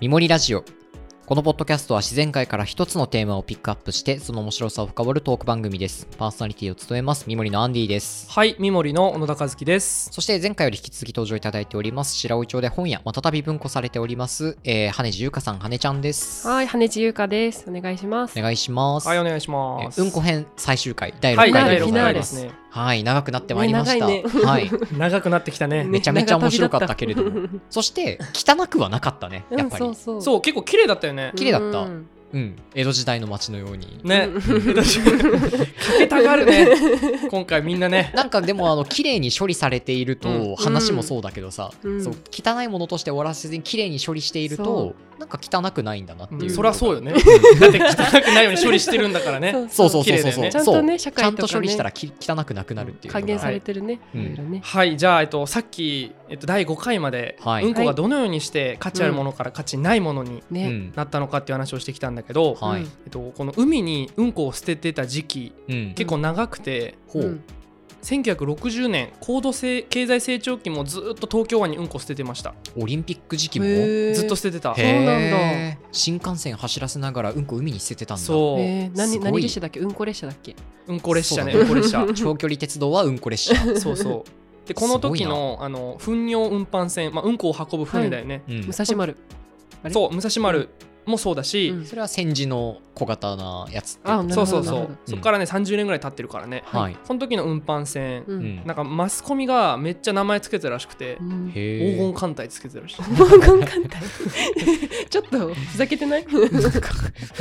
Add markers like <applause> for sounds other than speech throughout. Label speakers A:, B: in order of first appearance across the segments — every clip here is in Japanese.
A: みもりラジオ。このポッドキャストは自然界から一つのテーマをピックアップして、その面白さを深掘るトーク番組です。パーソナリティを務めます、みもりのアンディです。
B: はい、三森の小野田和樹です。
A: そして前回より引き続き登場いただいております、白尾町で本屋、またたび文庫されております、えー、羽地優香さん、羽根ちゃんです。
C: はい、羽地優香です。お願いします。
A: お願いします。
B: はい、お願いします。
A: えーうんこ編最終回、第6
B: はい、
A: 回
C: 第
A: で
B: 第
C: 六
A: ご
B: 6
A: ざい
B: 回
C: 回
B: で
A: ますす。
B: ね。
A: はい、長くなってまいりました。
C: ね長いね
A: はい。
B: 長くなってきたね。
A: めちゃめちゃ面白かったけれども
C: <laughs> 長旅だっ
A: そして、汚くはなかったね、
C: た。
A: やっぱり。
C: う、
A: うんん、
C: そうそう。
B: そう、結構綺麗だったよね
C: う。
A: 綺麗だった
C: ん
A: 江戸時代の街のように。
B: ね
C: う。ん
B: かけたが
A: <laughs>
B: る
C: <laughs>
B: ね。今回みんなね。
A: なんかでもあの綺麗に処理されていると
B: う
A: 話もそうだけどさ、
C: うん
A: そう汚いものとして終わらせずに綺麗に処理していると
C: そ
A: なんか汚くないんだなっていう、
B: うんそりゃそうよ
A: ね
B: ね。だって汚くないように処理してるんだからね。
A: そうそうそうそう
B: 綺麗
A: そう、
B: だよね
C: ちゃんとね
A: そう
C: 社会とか
A: ちゃ
C: ね
A: んと処理したらき汚くなくなるっていうのが
C: 還元されてるね。
A: うん
C: いろいろね。
B: はい、じゃあ、えっと、さっき、えっと、第5回まで、
A: はい
B: うんこがどのようにして価値あるものから価値ないものに
A: う
C: ね。
A: ん
B: なったのかっていう話をしてきたんだけど、
A: はい
C: うん
B: えっと、この海にうんこを捨ててた時期
A: うん
B: 結構長くて、
A: ほう、
C: うん
B: 1960年高度成経済成長期もずっと東京湾にうんこ捨ててました
A: オリンピック時期もへ
C: へー
B: ずっと捨ててた
C: へ
A: え新幹線走らせながらうんこ海に捨ててたんだ
B: そう、
C: えー
A: す
C: 何
A: ごい
C: 何列車だっけ？うんこ列車だっけ？
B: うんこ列車ね
A: そううん
B: こ列
C: <laughs>
B: 車
A: 長距離鉄道はうんこ
B: <laughs>
A: 列車
B: そうそうでこの時のあの糞尿運搬船、まあ、うんこを運ぶ船だよね、
A: うん
C: 武蔵丸。あれ
B: そう武蔵丸もそうだし、
C: うん
A: それは戦時の小型なやつって
C: あなる
B: そ
C: ほ
B: うそう
C: どな
B: そ
C: るほ
B: うそっからね30年ぐらい経ってるからね、
A: はい、
B: この時の運搬船、
C: う
A: うん
C: ん。
B: なんかマスコミがめっちゃ名前つけてたらしくて、
C: うん
A: へ
B: 黄
A: え
B: 金艦隊つけてるらしい
C: 黄金艦隊。 <laughs> ちょっとふざけてない？ <laughs>
A: ふ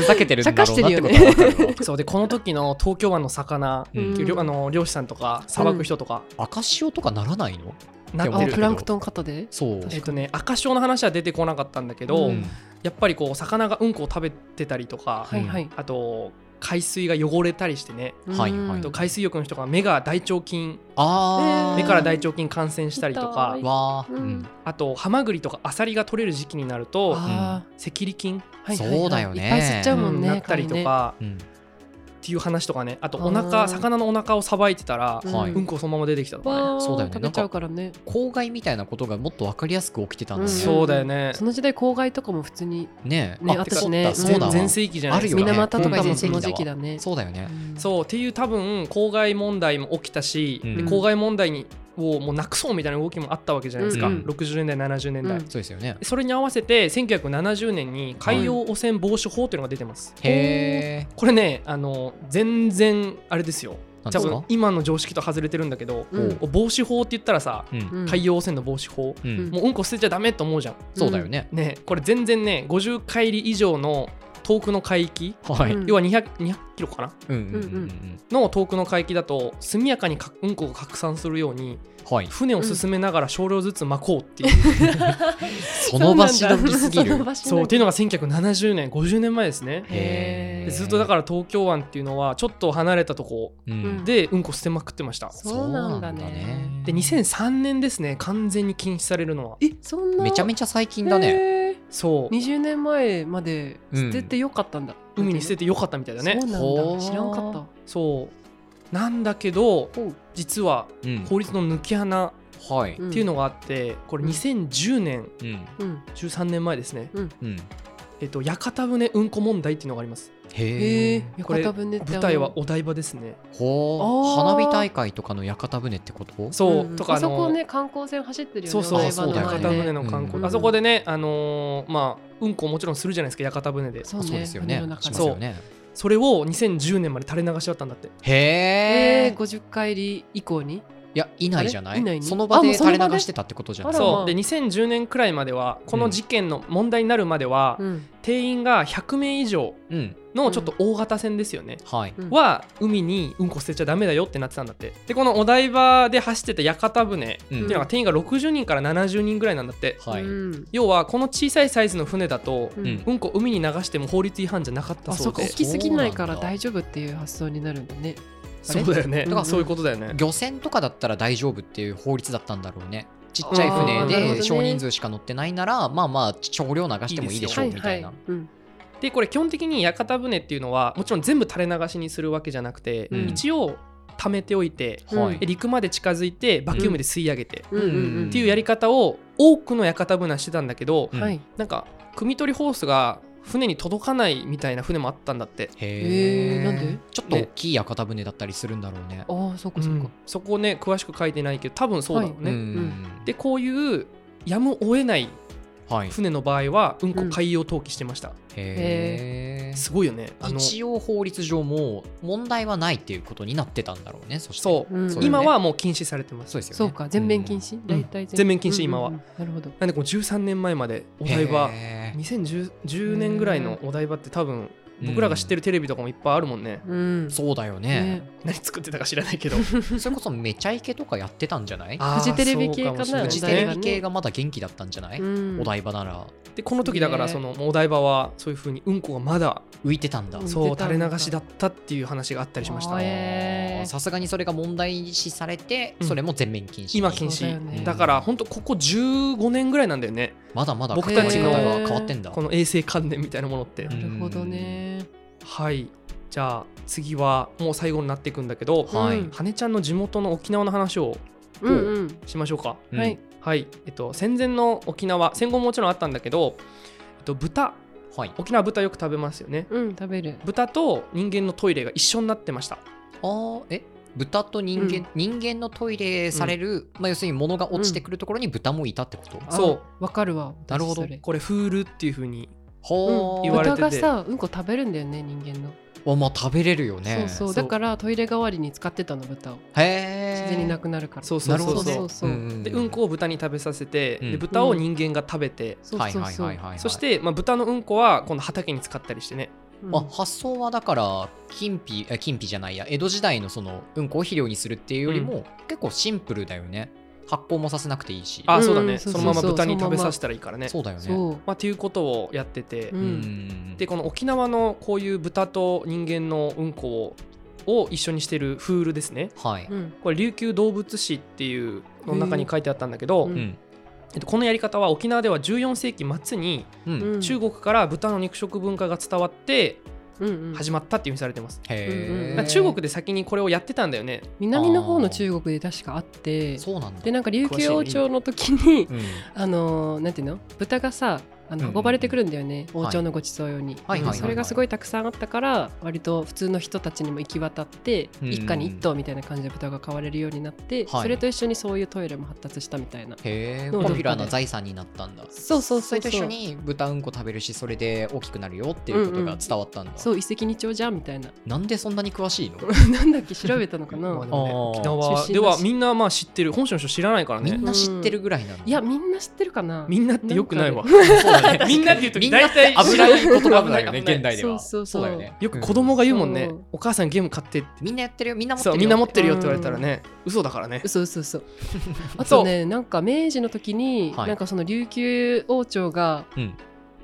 A: ざけてるんだろうなってこと
C: 茶
A: が
C: 化
A: 分かるわ
B: <laughs> そうでこの時の東京湾の魚、
A: うん
C: うん
B: 漁あの漁師さんとかさばく人とか、
A: 赤潮とかならないの
B: なって
C: あ、
B: る
C: プランクトン肩で？
A: そう
B: えっとね、赤潮の話は出てこなかったんだけど、
C: うん
B: やっぱりこう魚がうんこを食べてたりとか、
C: はいはい。
B: あと海水が汚れたりしてね、
A: はいはい
C: うん
B: あと海水浴の人が目が大腸菌
A: あー
B: 目から大腸菌感染したりとか
C: 痛い
A: わー、う
C: うんん
B: あとハマグリとかアサリが取れる時期になると
C: あー
B: 赤痢菌
C: はいはいはい
A: そうだよね
C: いっぱい吸っちゃうもんね。
B: なったりとか
A: うん
B: っていう話とかねあと
C: あー
B: お腹魚のお腹をさばいてたら
C: 顔ね。
A: はいう
B: うんこそのまま出てきたとかね
C: わー
A: そうだよね
C: 食べちゃうからね。
A: 公害みたいなことがもっと分かりやすく起きてたんだね、
C: うん
B: そうだよね
C: その時代公害とかも普通に
A: ねえ
C: ね
A: あ
C: 私ね
A: そうだ
C: わ
B: 全盛期じゃないです
A: ある
B: か
A: よね
C: 水
A: みんな
C: 俣とか
A: 公害
C: も
A: 全盛期だわ
C: その時期だね。
A: そうだよね
B: そうっていう多分公害問題も起きたし、
A: うん
B: で公害問題にをもうなくそうみたいな動きもあったわけじゃないですか、
A: うんうん
B: 60年代70年代、
C: うん
A: そうですよね
B: それに合わせて1970年に海洋汚染防止法というのが出てます、
A: へえ
B: これねあの全然あれですよ
A: 何で
B: 多
A: す
B: 分
A: か
B: 今の常識と外れてるんだけど、
C: うん
B: 防止法って言ったらさ、
A: うん、
C: うん
B: 海洋汚染の防止法、
A: うん
C: うん
B: もううんこ捨てちゃダメと思うじゃん
A: そうだよね、
B: ねこれ全然ね50海里以上の遠くの海域
A: はい、う
C: うんん
B: 要は 200, 200キロかな
A: うんうんうんうん
C: うん
B: の遠くの海域だと速やかにかうんこが拡散するように
C: <laughs>
A: はい
B: 船を進めながら少量ずつ巻こうっていう、
A: その場しのぎすぎ
C: そ
A: る
C: の場しのぎ
B: そうっていうのが1970年50年前ですね
A: へ
C: へ
A: え
B: でずっとだから東京湾っていうのはちょっと離れたとこ
A: うん
B: でうんこ捨てまくってました
C: そうなんだね。
B: で2003年ですね完全に禁止されるのは
C: え、そんな。
A: めちゃめ
C: ち
A: ちゃ最近
C: ゃ
A: だね、
C: ね。
B: そう
C: 20年前まで捨ててよかったんだ。
B: 海に捨て
C: て
B: てよかったみたいだね
C: そうな
A: ほ
C: ん
A: う
C: だ。知らんかった。
B: そうなんだけど実は
A: うん
B: 法律の抜き穴
A: はい、
B: っていうのがあってこれ2010年
A: うん
C: うん。
B: 13年前ですね
A: うん、
B: えっと屋形船うんこ問題っていうのがあります
A: へ
C: へ
A: え
C: え。
B: これ
C: 屋形船ってあの
B: 舞台はお台場ですね
A: ほう
C: あー
A: 花火大会とかの屋形船ってこと
B: そう、
C: ん
B: とかあ
C: あそこ
B: の
C: ね観光船走ってるよね。
B: そうそう
C: お台場
A: そ
C: の
A: うだよね
B: 屋
C: 前ね
B: 形船の観光、
A: うん
B: あそこでねあのーまあうんこもちろんするじゃないですか屋形船でそ
C: そう
A: そう
C: ね。
A: ですよね
C: 船の中
A: し
C: で
A: ますよね
B: れを2010年まで垂れ流しだったんだって
A: へ
C: え
A: え
C: ー、50回り以降に
A: いやいないじゃな
C: あれいない
A: い
C: ね
A: その場
C: あも
A: で
C: うその
A: 垂
C: 場で
A: れ流してたってことじゃない
C: あらま
B: そうで2010年くらいまではこの事件の問題になるまでは、
C: うん
B: 定員が100名以上
A: うん
B: のちょっと大型船ですよね、
A: はい
C: うん
B: は海にうんこ捨てちゃダメだよってなってたんだってでこのお台場で走ってた屋形船って
A: う
B: い
A: ん
B: うのが定員が60人から70人ぐらいなんだって、
A: はい
C: うん
B: 要はこの小さいサイズの船だと、
C: う
A: うん
C: ん
B: うんこ海に流しても法律違反じゃなかった
C: あ
B: そ
C: そうっか
B: で
C: 大きすぎないから
A: そうなんだ
C: 大丈夫っていう発想になるんだね。
A: あれ
B: そうだよね
C: うん
B: だからそういうことだよね、
A: 漁船とかだったら大丈夫っていう法律だったんだろうねちっちゃい
B: あ
A: 船
B: ーなるほど
A: で
C: ね
A: 少人数しか乗ってないならまあまあ少量流してもいいでしょうみたいな
C: うん
B: でこれ基本的に屋形船っていうのはもちろん全部垂れ流しにするわけじゃなくて、
A: うん
B: 一応溜めておいて
C: うん
A: は
B: で
A: い
B: 陸まで近づいてバキュームで吸い上げて、
C: うんうん
B: っていうやり方を多くの屋形船はしてたんだけど、
A: うん
C: はい。
B: なんか汲み取りホースが船に届かないみたいな船もあったんだって、
A: へ
C: へーなんで
A: ちょっと大きい屋形船だったりするんだろうね。
C: ああそうか
B: う
C: そうんか、
B: そこね詳しく書いてないけど多分そうだろうね、
A: う。
C: うん
B: でこういうやむを得ない
A: はい。へ
B: 船の場合はうんこ海洋投棄してました、
A: え。
B: すごいよねあの
A: 一応法律上もう問題はないっていうことになってたんだろうね。そして
B: そう、
C: うん
A: それね
B: 今はもう禁止されてます
A: そうですよね。
C: そうか全面禁止、
B: ん
C: 大体
B: 全面禁止今は
C: うんうんうんなるほど
B: なんでこの13年前までお
A: お
B: 台場2010 10年ぐらいのお台場って多分僕らが知って
A: る。
B: るテレビとかもいっぱいあるもんね、
C: うん
A: そうだよね。
B: 何作ってたか知らないけど
A: それこそめちゃイケとかやってたんじゃない
B: あー
C: フジテレビ系かな
B: そうも
A: フ
B: し
A: ジ
B: れない
A: テ
B: ね
A: レビ系がまだ元気だったんじゃない
C: うん
A: お台場なら
B: でこの時だからそのお台場はそういうふうにうんこがまだ
A: 浮いてたんだ
C: う。ん
B: そう
C: 出た
B: 垂れ流しだったっていう話があったりしました
C: あへー
A: さすがにそれが問題視されて、
B: うん
A: それも全面禁止に
B: 今禁
C: そうだよね
B: 止だから本当ここ15年ぐらいなんだよね
A: まだまだ
B: 僕たちの
A: 考え方が変わってんだ
B: この衛生観念みたいなものって
C: なるほどね
B: はいじゃあ次はもう最後になっていくんだけど、
A: はい
C: うん
B: 羽根ちゃんの地元の沖縄の話を
C: うんうん
B: しましょうか
A: うん
C: はい
B: はいえっと戦前の沖縄戦後ももちろんあったんだけど、えっと、豚
A: はい
B: 沖縄豚よく食べますよね
C: うん食べる
B: 豚と人間のトイレが一緒になってました
A: あーえ豚と人間、
C: うん
A: 人間のトイレされる、まあ、要するに物が落ちてくるところに豚もいたってこと、
C: あ
B: そう
C: わかるわ
A: なるほど
C: 私それ
B: これフールっていう風に
A: ほー
C: うん
B: 言われてて
C: 豚がさうんこ食べるんだよね人間の
A: あまあ食べれるよね
C: そうそう
B: そう
C: だからトイレ代わりに使ってたの豚を
A: へえ
C: 自然になくなるから
B: そうそう
A: な
B: そ
A: る
B: う
A: ほど
B: そう
A: ね
C: そうそう
A: うん
B: でうんこを豚に食べさせて、
A: うん
B: で豚を人間が食べて、
C: そう
A: はい
C: そう
A: はい
C: そう
A: はいはいはい
B: そして、まあ、豚のうんこは今度畑に使ったりしてね
C: うん
A: あ発想はだから金皮え金皮じゃないや江戸時代のそのうんこを肥料にするっていうよりも、結構シンプルだよね発酵もさせなくていいし
B: あ、
C: うん
B: そうだね
C: そう
B: そ
C: そ
B: のま
C: う
B: ま
C: そう
B: 豚に
C: そのま
B: 食
C: ま
B: べさせたらいいからね
A: そうだよね
C: そう
B: まあ、っていうことをやってて、
C: うん
A: うん
B: でこの沖縄のこういう豚と人間のうんこをを一緒にしてるフールですね
A: はい、
C: うん
B: これ琉球動物誌っていうの中に書いてあったんだけど、
C: うん
A: うん
B: えっと、このやり方は沖縄では14世紀末に
A: うん
C: うん
B: 中国から豚の肉食文化が伝わって
C: うんうん
B: 始まったっていうふうにされてます、
A: へ
C: うん
B: だ
A: え
B: から中国で先にこれをやってたんだよね
C: 南の方の中国で確かあって
A: そうなんだ
C: でなんか琉球王朝の時に <laughs>
A: うん
C: あのーなんていうの豚がさあ
A: うんう
C: の
A: ん
C: 運ばれてくるんだよね、
A: はい
C: 王朝のごちそう用に、
A: はい
B: はいはいはい
C: それがすごいたくさんあったから割と普通の人たちにも行き渡って、
A: うん
C: 一家に一頭みたいな感じで豚が飼われるようになって、
A: はい
C: それと一緒にそういうトイレも発達したみたいな
A: へえ
C: 能力がね
A: ポピュラーな財産になったんだ
C: そうそうそうそう
A: れと一緒に豚うんこ食べるしそれで大きくなるよっていうことが伝わったんだ、
C: そう一石二鳥じゃんみたいな <laughs>
A: なんでそんなに詳しいの
C: なんだっけ調べたのか
A: <laughs>
C: な、
B: まあでもね
A: あー
B: 沖縄ではみんなまあ知ってる本州の人知らないから
A: み
B: ね
A: んな知ってるぐらいなの、
C: いやみんな知ってるかな
B: みんなってよくないわ
A: そうだね
B: <laughs> みんなって言うと
A: みんなって危ない言葉だよね現代では
C: そうそうそう
A: だよね
B: よく子供が言うもんね、
C: そう
B: お母さんゲーム買ってって
A: みんなやってるよみんな持って
B: そ
A: る
B: う
A: よ
B: みんな持ってるよって言われたらね、嘘だからね
C: そうそ
A: <laughs>
C: うそうあとねなんか明治の時に、
A: はい
C: なんかその琉球王朝が、
A: うん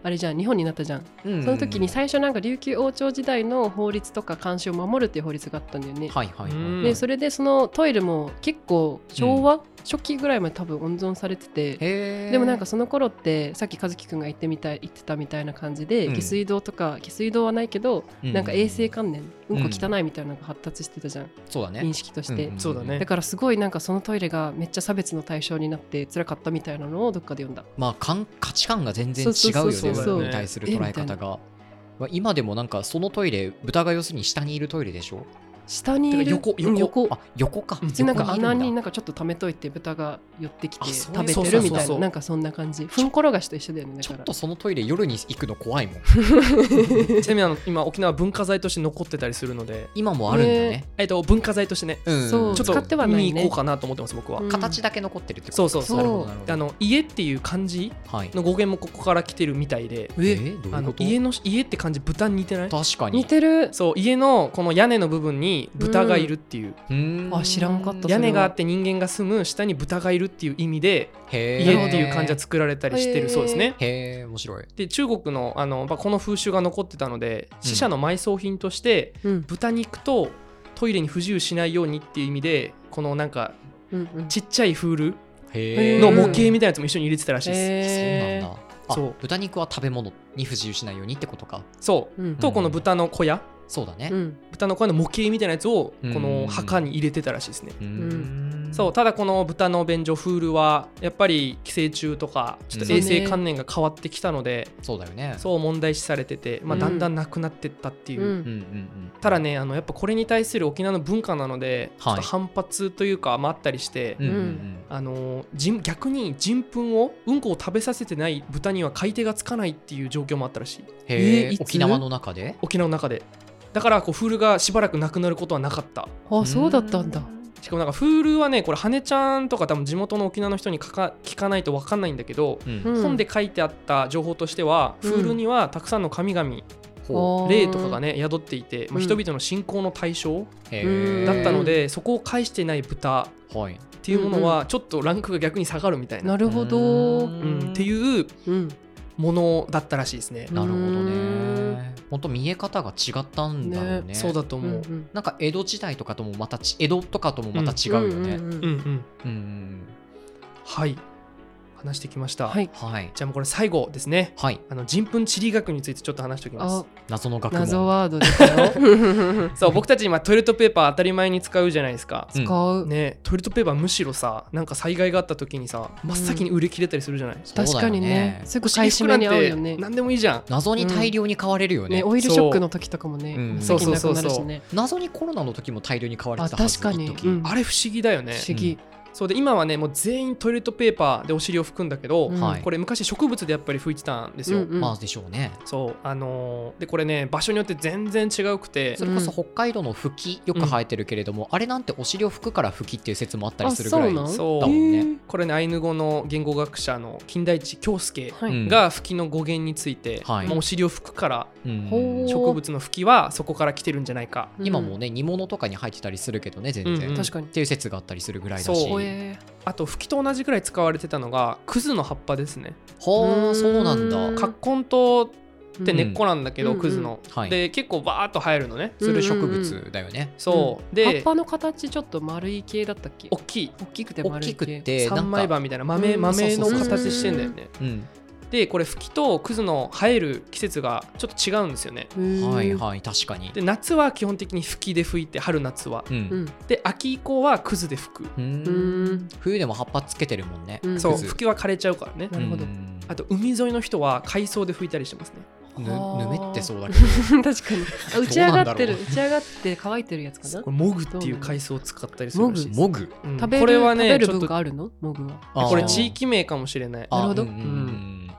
C: あれじゃん日本になったじゃん
A: うん
C: その時に最初なんか琉球王朝時代の法律とか慣習を守るっていう法律があったんだよね。
A: はいはいはい、
B: うん
C: でそれでそのトイレも結構昭和、初期ぐらいまで多分温存されてて。
A: へえ
C: でもなんかその頃ってさっき和樹くんが言ってみたい言ってたみたいな感じで、
A: うん
C: 下水道とか下水道はないけど、
A: う
C: なんか衛生観念うんこ
A: うん
C: 汚いみたいなのが発達してたじゃん、
A: そうだね
C: 認識として、
A: んん
B: そうだね
C: だからすごいなんかそのトイレがめっちゃ差別の対象になって辛かったみたいなのをどっかで読んだ
A: まあ感価値観が全然違うよね
C: そうそう
B: そうそう
A: 運動に対する捉え方が、まあ、今でもなんかそのトイレ豚が要するに下にいるトイレでしょ
C: 下にいる
B: てか横
C: うん
B: 横
A: あ横か
B: うん
C: でなんか
A: 横いる
C: 穴
A: だ
C: になんかちょっと溜めといて豚が寄ってき
A: あ
C: て
A: そう
C: 食べ
B: そう
C: て
B: そうそ
C: る
B: う
C: みたい
B: そう
C: ななんかそんな感じふんころがしと一緒だよねだ
A: ちょっ
C: か
A: とそのトイレ夜に行くの怖いもん
B: <laughs> ちなみにあの今沖縄文化財として残ってたりするので
A: 今もあるんだね
C: ね、
B: えっと文化財としてね
A: う
C: ら
A: ん
C: そう
B: ちょっ
C: 使
B: と
C: っては
B: 見
C: ない
B: に行こ
C: ね
B: うかなと思ってます僕は、
C: うん
A: 形だけ残ってるってこと
B: そうそうそう
C: そう
A: なるほどなるほど
B: あの家っていう漢字
A: はい
B: の語源もここから来てるみたいで
A: えーどう
B: あ
A: いうこ
B: の
A: と
B: 家の家って漢字豚に似てない
A: 確かに
C: 似てる
B: そう家のこの屋根の部分に豚がいるっていう、
A: うーん
C: あ知らんかったそれ
B: 屋
C: は
B: 根があって人間が住む下に豚がいるっていう意味で
A: へー
B: 家っていう漢字は作られたりしてるそうですね。
A: へえ面白い
B: で中国のあの、まあ、この風習が残ってたので死者の埋葬品として
C: うん
B: 豚肉とトイレに不自由しないようにっていう意味でこのなんか
C: うんうん
B: ちっちゃいフール
A: へー
B: の模型みたいなやつも一緒に入れてたらしいです。
A: そう
C: へ
A: な
C: ー
A: んだあ
B: そう
A: 豚肉は食べ物に不自由しないようにってことか
B: そう
C: うん
B: とこの豚の小屋
A: そうだね
C: うん
B: 豚の小屋の模型みたいなやつを
A: うん
B: この墓に入れてたらしいですね。
A: うー
C: うん
B: そうただこの豚の便所フールはやっぱり寄生虫とかちょっと衛生観念が変わってきたので、
A: そうだよね
B: そう問題視されてて、まあ、
C: うん
B: だんだんなくなってったっていう、
C: う
A: うん
C: ん
A: うんうん
B: ただねあのやっぱこれに対する沖縄の文化なので、
A: はい
B: ちょっと反発というか、まあ、あったりして、
A: うんうん
B: あの人逆に人糞をうんこを食べさせてない豚には買い手がつかないっていう状況もあったらしい
A: うんへ
C: え
A: え
C: ーいつ
A: 沖縄の中で
B: 沖縄の中でだからこうフールがしばらくなくなることはなかった
C: あそうだったんだ
B: しかもなんかフールはねこれ羽ちゃんとか多分地元の沖縄の人にかか聞かないと分かんないんだけど、
A: うん
C: うん
B: 本で書いてあった情報としては、
C: うん
B: フールにはたくさんの神々、
A: ほ
B: 霊とかがね宿っていて、ま
C: う
B: あ、
C: ん
B: 人々の信仰の対象
A: うへえ
B: だったので、そこを返してない豚
A: はい
B: っていうものはちょっとランクが逆に下がるみたいな、
C: なるほ
A: う
C: ど
A: ん
B: うんっていう
C: うん
B: ものだったらしいですね。
A: なるほど
C: う
A: ね
C: ん
A: 本当見え方が違ったんだろうね
B: そうだと思う、うん
C: ん
A: なんか江戸時代とかともまたち江戸とかともまた違うよね
C: んん
B: うんん
A: うんうん
B: はい話してきました、
C: はい
A: はい
B: じゃあもうこれ最後ですね
A: はい
B: あの人糞地理学についてちょっと話しておきま
C: あ
B: す。
A: 謎の学問
C: 謎ワードですよ
B: そう僕たち今トイレットペーパー当たり前に使うじゃないですか。
A: うん
C: 買う
B: ねトイレットペーパーむしろさなんか災害があった時にさ真っ先に売り切れたりするじゃない、
A: そうだよ
C: 確かにねすぐ
B: お
C: 買い
B: 尻服
C: 占め
B: なん
C: に合うよ
B: て
C: ね
B: 何でもいいじゃん
A: 謎に大量に買われるよね
C: ねオイルショックの時とかもね
A: うん
C: 真っ先になくなるしね
A: 謎にコロナの時も大量に買われてたは
C: あ
A: ず
C: 確かに
A: 一時
C: うん
B: あれ不思議だよね
C: 不思議
B: そうで今はねもう全員トイレットペーパーでお尻を拭くんだけど、
C: うん
A: はい
B: これ昔植物でやっぱり拭いてたんですよ、
C: うんうん
A: まあでしょうね
B: そうあのーでこれね場所によって全然違うくて
A: それこそ北海道の吹きよく生えてるけれども、あれなんてお尻を拭くから吹きっていう説もあったりするぐらい
C: あそうなん
B: そう
A: だもんね
B: これねアイヌ語の言語学者の金田一京介
C: は
A: うん
C: い
B: が吹きの語源について、
A: はい
B: まあお尻を拭くから
A: うん
C: ほう
B: 植物の吹きはそこから来てるんじゃないか
A: 今もね煮物とかに入ってたりするけどね全然、
B: うんうん
A: っ
C: 確かに
A: ていう説があったりするぐらいだ
B: そ
A: し
B: う
C: 怖え
B: あと吹きと同じくらい使われてたのがクズの葉っぱですね
A: ほ
C: う
A: うんそうなんだ
C: うん
B: 葛根糖って根っこなんだけど、
C: うん
B: クズの、
A: はい
B: で結構バーッと生えるのね
A: つる植物だよね、
B: そう、
C: 葉
B: で
C: っぱの形ちょっと丸い系だったっけ
B: 大きい
C: 大きくて
A: 大
C: 丸
A: き
C: い
A: く
C: 系
A: てな
B: 三
A: ん
B: 枚
A: か、
B: 葉みたいな豆
C: うん
B: 豆
A: そう
B: の
A: そうそう
B: 形してんだよね
A: うん、
B: でこれ吹きとクズの生える季節がちょっと違うんですよね
A: はい
C: い
A: はい確かに
B: で夏は基本的に吹きで吹いて春夏は
A: うん
C: うん
B: で秋以降はクズで吹く、
A: う
C: うんん <laughs>
A: 冬でも葉っぱつけてるもんね、
C: うん
B: そう
A: クズ
B: 吹きは枯れちゃうからね
C: なるほど
A: うん
B: あと海沿いの人は海藻で吹いたりしてますね
A: ぬ
C: は
A: ぬ
C: あ
A: めってそうだけど
C: 確かにあ打ち上がって
A: ど
C: る
A: うなんだろう
C: 打ち上がって乾いてるやつかな
B: これモグっていう海藻を使ったりするらしいです
A: モグ
B: うん
C: 食べ
B: こ
C: る
B: れはね
C: 食べ
B: ちょ
C: る
B: っ
C: 文
B: と
C: 化あるのモグは
A: あー
B: これ地域名かもしれない
A: あ
C: なるほど
A: うんうんうん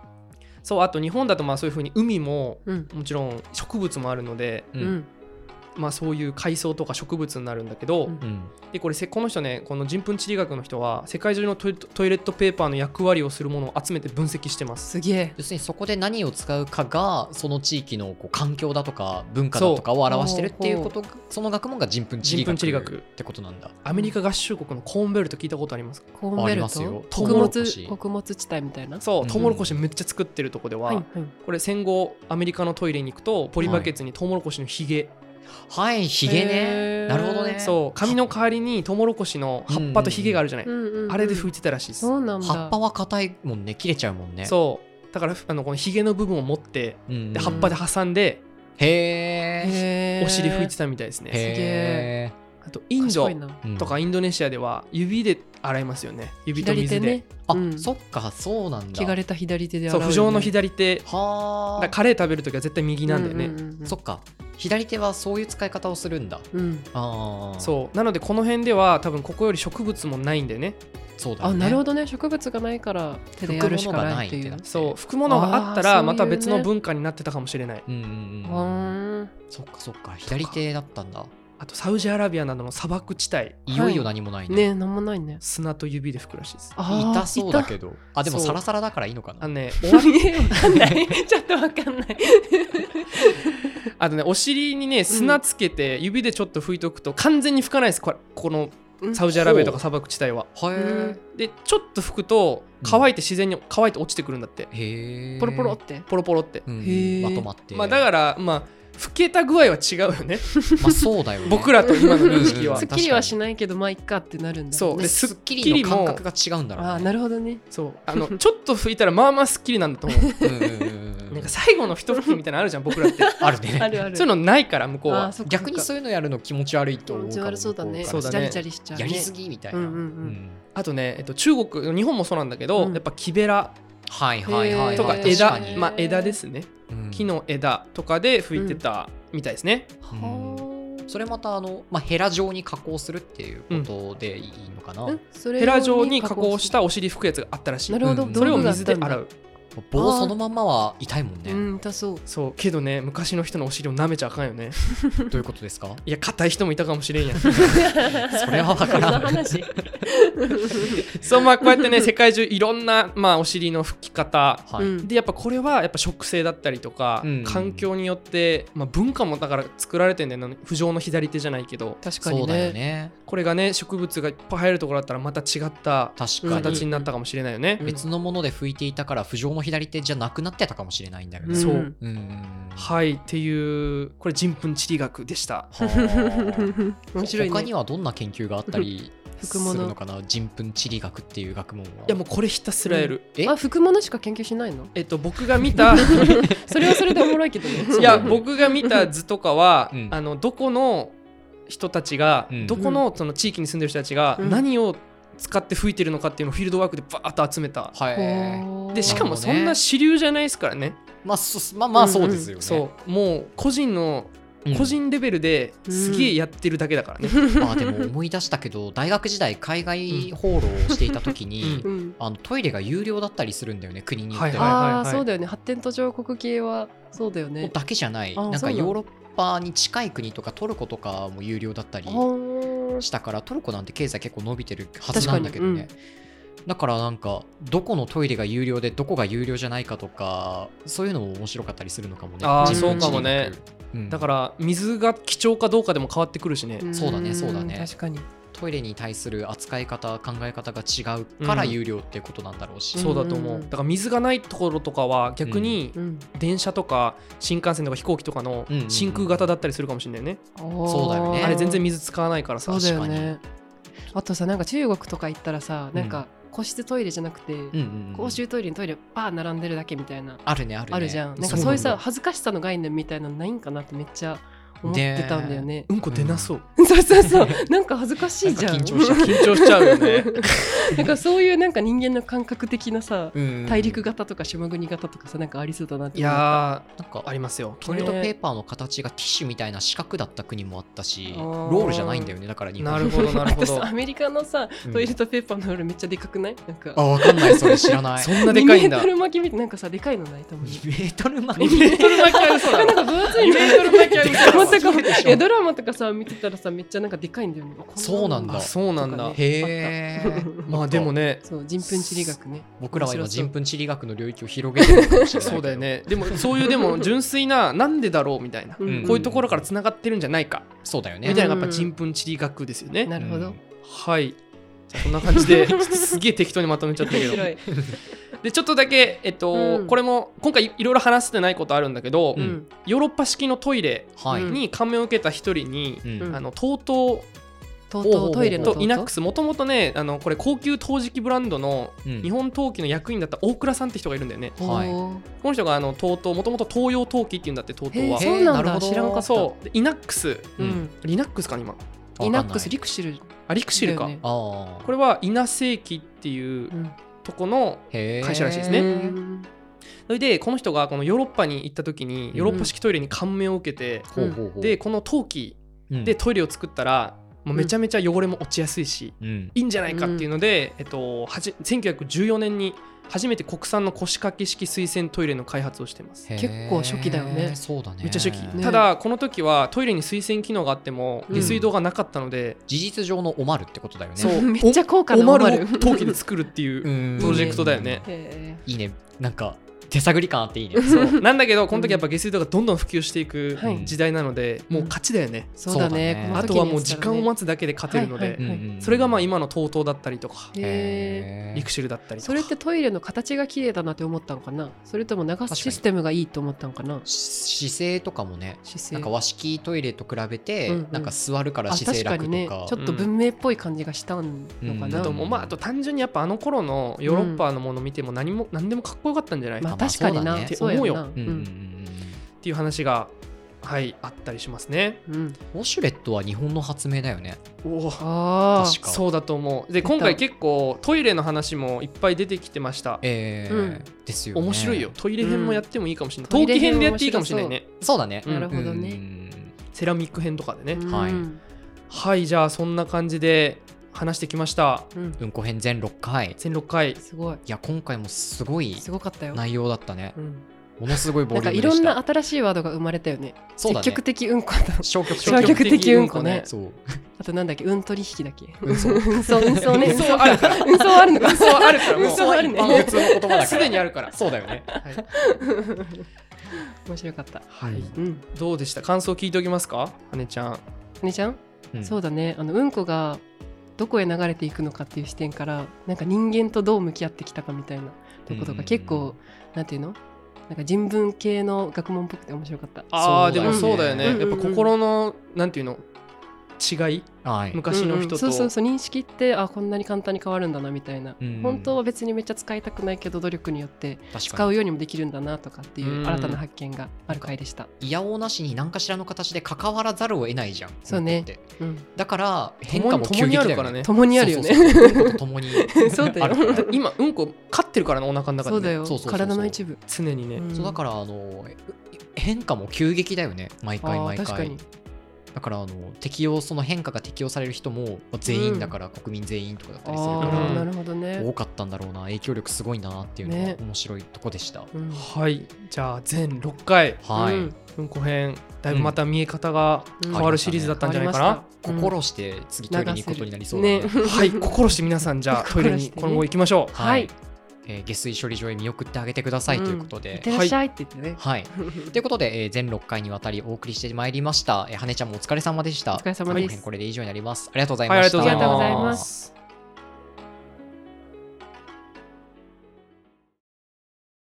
B: そうあと日本だとまあそういうふうに海も
C: うん
B: もちろん植物もあるので、
A: う
C: うんん
B: まあ、そういう海藻とか植物になるんだけど、
C: うん
A: うん
B: でこれせこの人ねこの人糞地理学の人は世界中のトイレトイレットペーパーの役割をするものを集めて分析してます。
C: すげえ
A: 要するにそこで何を使うかがその地域のこう環境だとか文化だとかを表してるっていうことがその学問が人糞地理
B: 人糞地理
A: 学
B: 学
A: ってことなんだ。
B: アメリカ合衆国のコーンベルト聞いたことありますか
C: コーン
A: あ
C: ベ
A: り
C: ル
A: ますよト
C: ト
A: ウ
C: 穀
A: モロコシ
C: 物穀物地帯みたいな
B: そううんトウモロコシめっちゃ作ってるとこでは、
C: はいはい
B: これ戦後アメリカのトイレに行くとポリバケツにトウモロコシのヒゲ、
A: はいヒゲね
C: へー
A: なるほどね
B: そう髪の代わりにトウモロコシの葉っぱとヒゲがあるじゃない、
C: うんうんうん
B: あれで拭いてたらしいです、
C: そうなんだ
A: 葉っぱは硬いもんね切れちゃうもんね。
B: そうだからあのこのヒゲの部分を持って
A: うんうん
B: で葉っぱで挟んで
A: へえ
C: へー
B: お尻拭いてたみたいですね、
A: へ
B: あとインド
C: 賢いな
A: え
B: とかインドネシアでは指で洗いますよね指と
C: 左
B: 水
C: 手
B: で、
C: ね
A: あ
C: うん
A: そっかそうなんだ。
C: 汚れた左手で洗
B: そう
C: うよ
B: 不
C: ね
B: 浄の左手
A: は
B: だから
A: あ
B: カレー食べるときは絶対右なんだよね、
C: うんうんうん
A: そっか左手はそういう使い方をするんだ。
C: うん
A: ああ
B: そうなのでこの辺では多分ここより植物もないんでね
A: そうだよ
C: あ
A: ね。
C: なるほどね植物がないから手でやるしかないってい
A: 拭
C: う
A: くものがないってな
B: そう拭くものがあった
C: あ
B: ら
C: ー
B: また
C: そういうね
B: 別の文化になってたかもしれない
A: うんうん
C: う
A: うん。
C: ーん
A: そっかそっか左手だったんだ。
B: あとサウジアラビアなどの砂漠地帯
A: いよいよ何もないね。
C: ねえなんもないね
B: 砂と指で拭くらしいです
C: あー
A: 痛そうだけど。あ、でも
B: そう
A: サラサラだからいいのかな。
B: あの
C: <laughs>
B: ね
C: 痛わかんない <laughs> ちょっとわかんない
B: あとねお尻にね砂つけて指でちょっと拭いとくと完全に拭かないですこれこの <laughs> サウジアラビアとか砂漠地帯は
A: はえ
B: でちょっと拭くと乾いて自然に乾いて落ちてくるんだって
A: へえ。
C: ポロポロって
B: ポロポロって
A: うん。
C: へえ
A: まとまって。
B: まあだからまあ拭けた具合は違うよね
A: ら。まあそうだよね。
B: 僕らと今の認識
A: うん
B: は
C: すっきりはしないけどまあいっかってなるんだ
B: そう
C: ね
B: で
A: ね
B: す
A: す
B: っ
A: っ
B: き
A: き
B: り
A: り
B: も
A: の感覚が違う
C: あ
A: んだろ
C: あ
A: う
C: な
A: ね。
C: るほどね
B: そうあのちょっと拭いたらまあまあすっきりなんだと思う
A: うんうんうんうんうん
B: なんか最後の一吹きみたいなのあるじゃん僕らって
A: あるね
C: あるある
B: そういうのないから向こう
C: あ
B: は
C: そっか
A: 逆にそういうのやるの気持ち悪いと思う
C: 気
A: かも
C: 持ち悪そうだね。
A: 向
C: ジ
A: こ
B: そうだね
C: ャリジャリしちゃう
A: から
C: ね。
A: やりすぎみたいな、
C: うんうんうん
B: あとね、えっと、中国日本もそうなんだけど、
C: うん
B: やっぱ木べら
A: はいはいはいはい
B: とか
C: へー
B: 枝、
A: 確かに
B: まあ、枝ですね
A: うん
B: 木の枝とかで拭いてたみたいですね、
A: うん
C: はあ
A: それまたあの、まあ、ヘラ状に加工するっていうことでいいのかな、
C: うんそれ
B: ヘラ状に加工したお尻拭くやつがあったらしい
C: なるほど、
A: うん
B: それを
C: 道具があっ
B: 水
C: た
B: で
C: んだ
B: 洗う
A: 棒そのまんまは痛いもんね、
C: うん痛そう
B: そうけどね昔の人のお尻を舐めちゃあかんよね
A: どういうことですか
B: いや硬い人もいたかもしれんや
A: <laughs>
B: ん
A: それは分からん
C: 話
B: そうまあこうやってね世界中いろんな、まあ、お尻の拭き方
A: <laughs> はい、
C: うん
B: でやっぱこれはやっぱ食性だったりとか、
A: うん
B: 環境によって、まあ、文化もだから作られてんだよな不浄の左手じゃないけど
C: 確
A: そ
C: かに
A: うだよ
C: ね
A: ね
B: これがね植物がいっぱい入るところだったらまた違った
A: 確か
B: 形
A: に、
B: になったかもしれないよね、
C: うん
A: 別のもので拭いていたから浮上の左手じゃなくなってたかもしれないんだよね、
B: そう
C: うん
A: うんうんうん
B: はいっていうこれ人糞地理学でした
A: はあ
C: <laughs> 面白い
A: 他に
C: ね
A: はどんな研究があったりす
C: 服
A: る
C: 物
A: のかな人糞地理学っていう学問はい
B: やもうこれひたすらやる、
A: え
C: あ服物しか研究しないの
B: えっと僕が見
A: <laughs>
B: たい
C: それはそれでおもろいけどね
B: や僕が見た図とかは、
A: うん
B: あのどこの人たちが、
A: うん
B: どこのその地域に住んでる人たちが、
C: うん
B: 何を使って吹いてるのかっていうのをフィールドワークでバーッと集めた、
A: はい、
C: ほー
B: でしかもそん
A: なるほどね
B: な主流じゃないですからね
A: まあ、そまあまあそうですよね、
B: そうもう個人の
A: うん
B: 個人レベルで
C: うん
B: すげえやってるだけだからね、
A: まあでも思い出したけど大学時代海外放浪をしていた時に、
C: うん
A: あのトイレが有料だったりするんだよね国によっては、
B: はいはいはい
C: ああそうだよね発展途上国系はそうだよね
A: だけじゃない
C: あ
A: なん
C: そ
A: か
C: うなの
A: ヨーロッパに近い国とかトルコとかも有料だったり
C: ほー
A: したからトルコなんて経済結構伸びてるはずなんだけどね、
C: 確
A: だからなんかどこのトイレが有料でどこが有料じゃないかとかそういうのも面白かったりするのかもね
B: あ
C: ー
A: 自分
C: そうか
B: もね
A: 自身うん
B: だから水が貴重かどうかでも変わってくるしね、
C: ん
A: そうだねそうだね
C: 確かに
A: トイレに対する扱い方考え方が違うから
B: うん
A: 有料ってことなんだろうし、
B: そうだと思う、
C: うん
B: だから水がないところとかは逆に
C: うん
B: 電車とか新幹線とか飛行機とかの
A: うんうんうん
B: 真空型だったりするかもしれないね、
A: そうだよね
C: あー
B: あれ全然水使わないからさ
C: そうだよ
A: 確
C: ねあとさなんか中国とか行ったらさなんか個室トイレじゃなくて
A: うんうんうん
C: 公衆トイレにトイレバー並んでるだけみたいな
A: あるねあるね
C: あるじゃんなんかそういう
A: な
C: さ
A: んだ
C: 恥ずかしさの概念みたいなのないんかなってめっちゃ思ってたんだよね
B: うんこ出なそう、
C: <laughs> そうそうそうなんか恥ずかしいじゃん
A: なんか緊張しちゃう
B: 緊張しちゃうよね
C: <laughs> なんかそういうなんか人間の感覚的なさ
A: うん
C: 大陸型とか島国型とかさなんかありそうだなって
B: い
C: 思う
B: や
A: <laughs> なん
B: ーあ
A: か
B: りますよ
A: トイレットペ
B: ね
A: ーパーの形がティッシュみたいな四角だった国もあったし
C: あ
A: ロ
C: ー
A: ールじゃないんだよねだから日本
B: なるほどなるほ
C: <laughs> 私
B: ど
C: さアメリカのさ
A: うん
C: トイレットペーパーの裏めっちゃでかくないなんか
A: あわかんない <laughs> それ知らない
B: そんなでかいん
C: 2
B: だ
C: メートル巻きみたいななんかさでかいのないと思う
A: 2メートル前
B: 2メートル巻きは嘘だ
C: なんか分厚いの
B: 2メートル巻きは嘘だ
C: 全くいやドラマとかさ見てたらさめっちゃなんかでかいんだよねこ
A: そうなんだ
B: あそうなんだ
C: とかね
A: へえ
B: まあでもね
C: そう人糞地理学ね
A: 僕らは今
C: 面白そう
A: 人糞地理学の領域を広げてるかもしれないけど
B: そうだよねでもそういうでも純粋ななんでだろうみたいな、
A: ん
B: こういうところからつながってるんじゃないか
A: そうだよね
B: みたいなのがやっぱ人糞地理学ですよね、
C: なるほど、
A: うん
B: はいじゃあこんな感じでちょっとすげえ適当にまとめちゃったけ
C: 面
B: ど
C: 白い
B: でちょっとだけ、えっと
C: うん
B: これも今回いいろいろ話してないことあるんだけど、
A: うん
B: ヨーロッパ式のトイレ
A: はい、
C: うん
B: に感銘を受けた一人に、
A: うん
C: うん
B: あの TOTO
C: とうとうトイレの
A: ほうほうほう
B: と
C: とうとう
B: イナックスもともとねあのこれ高級陶磁器ブランドの
A: うん
B: 日本陶器の役員だった大倉さんって人がいるんだよね
A: はい
C: ほ
B: この人があの TOTO もともと東洋陶器っていうんだって
C: う
B: TOTO
C: へ
B: は
C: ーそうな
A: なんるほ
C: だ
A: ど
C: 知らんかった
B: そうでイナックス
A: う
C: うんん
B: リナックスかな今
C: イナックス
A: リ
C: リクシル
B: あリクシルか、
C: だよね
A: ああ
B: これは稲世紀っていう
C: うん
B: とこの
A: れ
B: 会社らしいです
C: う
B: ね
C: ん
B: それでこの人がこのヨーロッパに行った時にヨーロッパ式トイレに感銘を受けて、
A: ほうほうほう
B: で、この陶器
A: うん
B: で、トイレを作ったら、もうめちゃめちゃ汚れも落ちやすいし、
A: うん
B: いいんじゃないかっていうので、えっと、はじ1914年に初めて国産の腰掛け式水洗トイレの開発をしてます。
A: へー
C: 結構初期だよね
A: そうだね
B: めっちゃ初期、
C: ね
B: ただこの時はトイレに水洗機能があっても
C: うん
B: 下水道がなかったので、
A: 事実上のオマルってことだよね
B: そう
C: <laughs> めっちゃ高価な
B: おま
C: オマ
B: る
C: ル
B: を陶器で作るっていう
A: うん
B: プロジェクトだよね。
C: へ
A: いいねなんか手探り感あっていいね
B: <laughs> そうなんだけどこの時やっぱ下水道がどんどん普及していく
C: はい
B: 時代なので、もう勝ちだよね、
C: ーそうだね
A: そうだね
B: あとはもう時間を
C: つ
B: 待つだけで勝てるので、
C: はいは
A: う
C: い
A: んうんうん
B: それがまあ今の TOTO だったりとか、
A: へ
C: へ
A: ー
B: リクシルだったり
C: ー
B: とか
C: それってトイレの形が綺麗だなって思ったのかなそれとも流すシステムがいいと思ったのかな
A: し姿勢とかもね
C: 姿勢
A: なんか和式トイレと比べて、
C: うんうん
A: なんか座るから
C: あ
A: 姿勢
C: 確か
A: 楽と
C: に
A: か
C: ねちょっと文明っぽい感じがしたのか
A: うん
C: な、
B: あともうまああと単純にやっぱあの頃のヨーロッパのもの見ても何も何でもかっこよかったんじゃない、
C: まあ
A: まあ
C: 確かにな、
A: そうだね
B: って
C: そうやんな
B: 思
A: うんうんうん
B: っていう話がはいあったりしますね。
C: うんうん
A: うんウォシュレットは日本の発明だよね。
B: お
C: あ
A: 確
C: ー
A: か
B: そうだと思う。で今回結構トイレの話もいっぱい出てきてました。
A: えー
C: うん
A: ですよね。
B: 面白いよ。。トイレ編もやってもいいかもしれない。
C: うん
B: 陶器編でやっていいかもしれないね。
A: そうだね。
B: なる
C: ほどね
A: うん
B: セラミック編とかでね。
C: うん
A: はい
B: はいじゃあそんな感じで話してきました。
C: うん
A: うんこ編全6回。い
B: 全6回。
C: すごい
A: や、今回もすごい
C: すごかったよ
A: 内容だったね。
B: うん
A: ものすごいボ
C: な
A: リューム
C: んかい
A: で
C: ろ
A: し
C: んな
A: た。
C: 新しいワードが生まれたよね
A: そうだね
C: 積極的うんこと
A: 消極
C: 消極的うんこね
A: そう。
C: <laughs> あとなんだっけ運取引だっけ
A: 運送
C: 運送運
A: <laughs>
C: 送ね
B: 運送あるから
C: 運送あるのか
B: 嘘はあるからもう
C: 嘘はあるね
B: 一般の
A: 普通の言
C: <laughs>
A: 葉だから。
B: すでにあるから。
A: そうだよね。
B: はい
C: 面白かった
A: はい。
C: うん
B: どうでした感想聞いておきますか羽根ちゃん。
C: 姉ちゃん
A: うん
C: そうだねあのうんこがどこへ流れていくのかっていう視点からなんか人間とどう向き合ってきたかみたいなとこと
A: うん
C: が結構なんていうのなんか人文系の学問っぽくて面白かった
B: あ
A: そうだ
B: あ、で
A: よ
B: も
A: ね
B: そうだよね、
C: うんうんうん
B: やっぱ心のなんていうの違い
A: はい。
B: 昔の人と、
C: うんうんそうそうそう認識ってあこんなに簡単に変わるんだなみたいな、
A: うん
C: 本当は別にめっちゃ使いたくないけど努力によって
A: 確かに
C: 使うようにもできるんだなとかっていううん新たな発見がある回でした、
A: いやおうなしに何かしらの形で関わらざるを得ないじゃん。
C: そうね
A: 向こって
C: うん、
A: だから変化も急激だよ、ね、
B: 共にあるからね
C: 共に
A: そうそ
C: あるよね
A: うそう。うんこと共に
C: <laughs> そうだよ
A: あるからね
B: <laughs> 今うんこ飼ってるからねお腹の中でね、
C: そうだよ
A: そうそうそうそう
C: 体の一部、
B: 常にね、
C: ん
A: そうだからあのえ変化も急激だよね毎回
C: あー
A: 毎回。
C: 確かに
A: だからあの適用その変化が適用される人も全員だから、国民全員とかだったりする
C: あ
A: か
C: ー
B: う
C: なんるほど
A: ら、
C: ね
A: 多かったんだろうな影響力すごいんだなっていうのが
C: ね
A: 面白いとこでした。
C: うん
B: はいじゃあ全6回
A: はい、
C: うん
B: うんこ編だいぶまた見え方が変わるシリーズだったんじゃないかな、
C: 変わり
A: 心
C: ました
A: して次トイレに行くことになりそうだ
C: ね
A: ね。 <laughs>
B: はい心して皆さんじゃあトイレ
C: 心
B: に
C: してね
B: 今後行きましょう、
A: はい
C: は、
A: えー下水処理場へ見送ってあげてくださいということで。
C: <laughs> んいってらっしゃいって言ってね、
A: はい。ということで、えー全6回にわたりお送りしてまいりました。えー、羽根ちゃんもお疲れ様でした。
C: お疲れ様
A: はい
C: です
A: これで以上になります。ありがとうござい
B: はいあ
A: ま
B: り
A: し
B: がと
A: た。
B: うござい
C: <laughs> ありがとうござい
B: ま
C: ます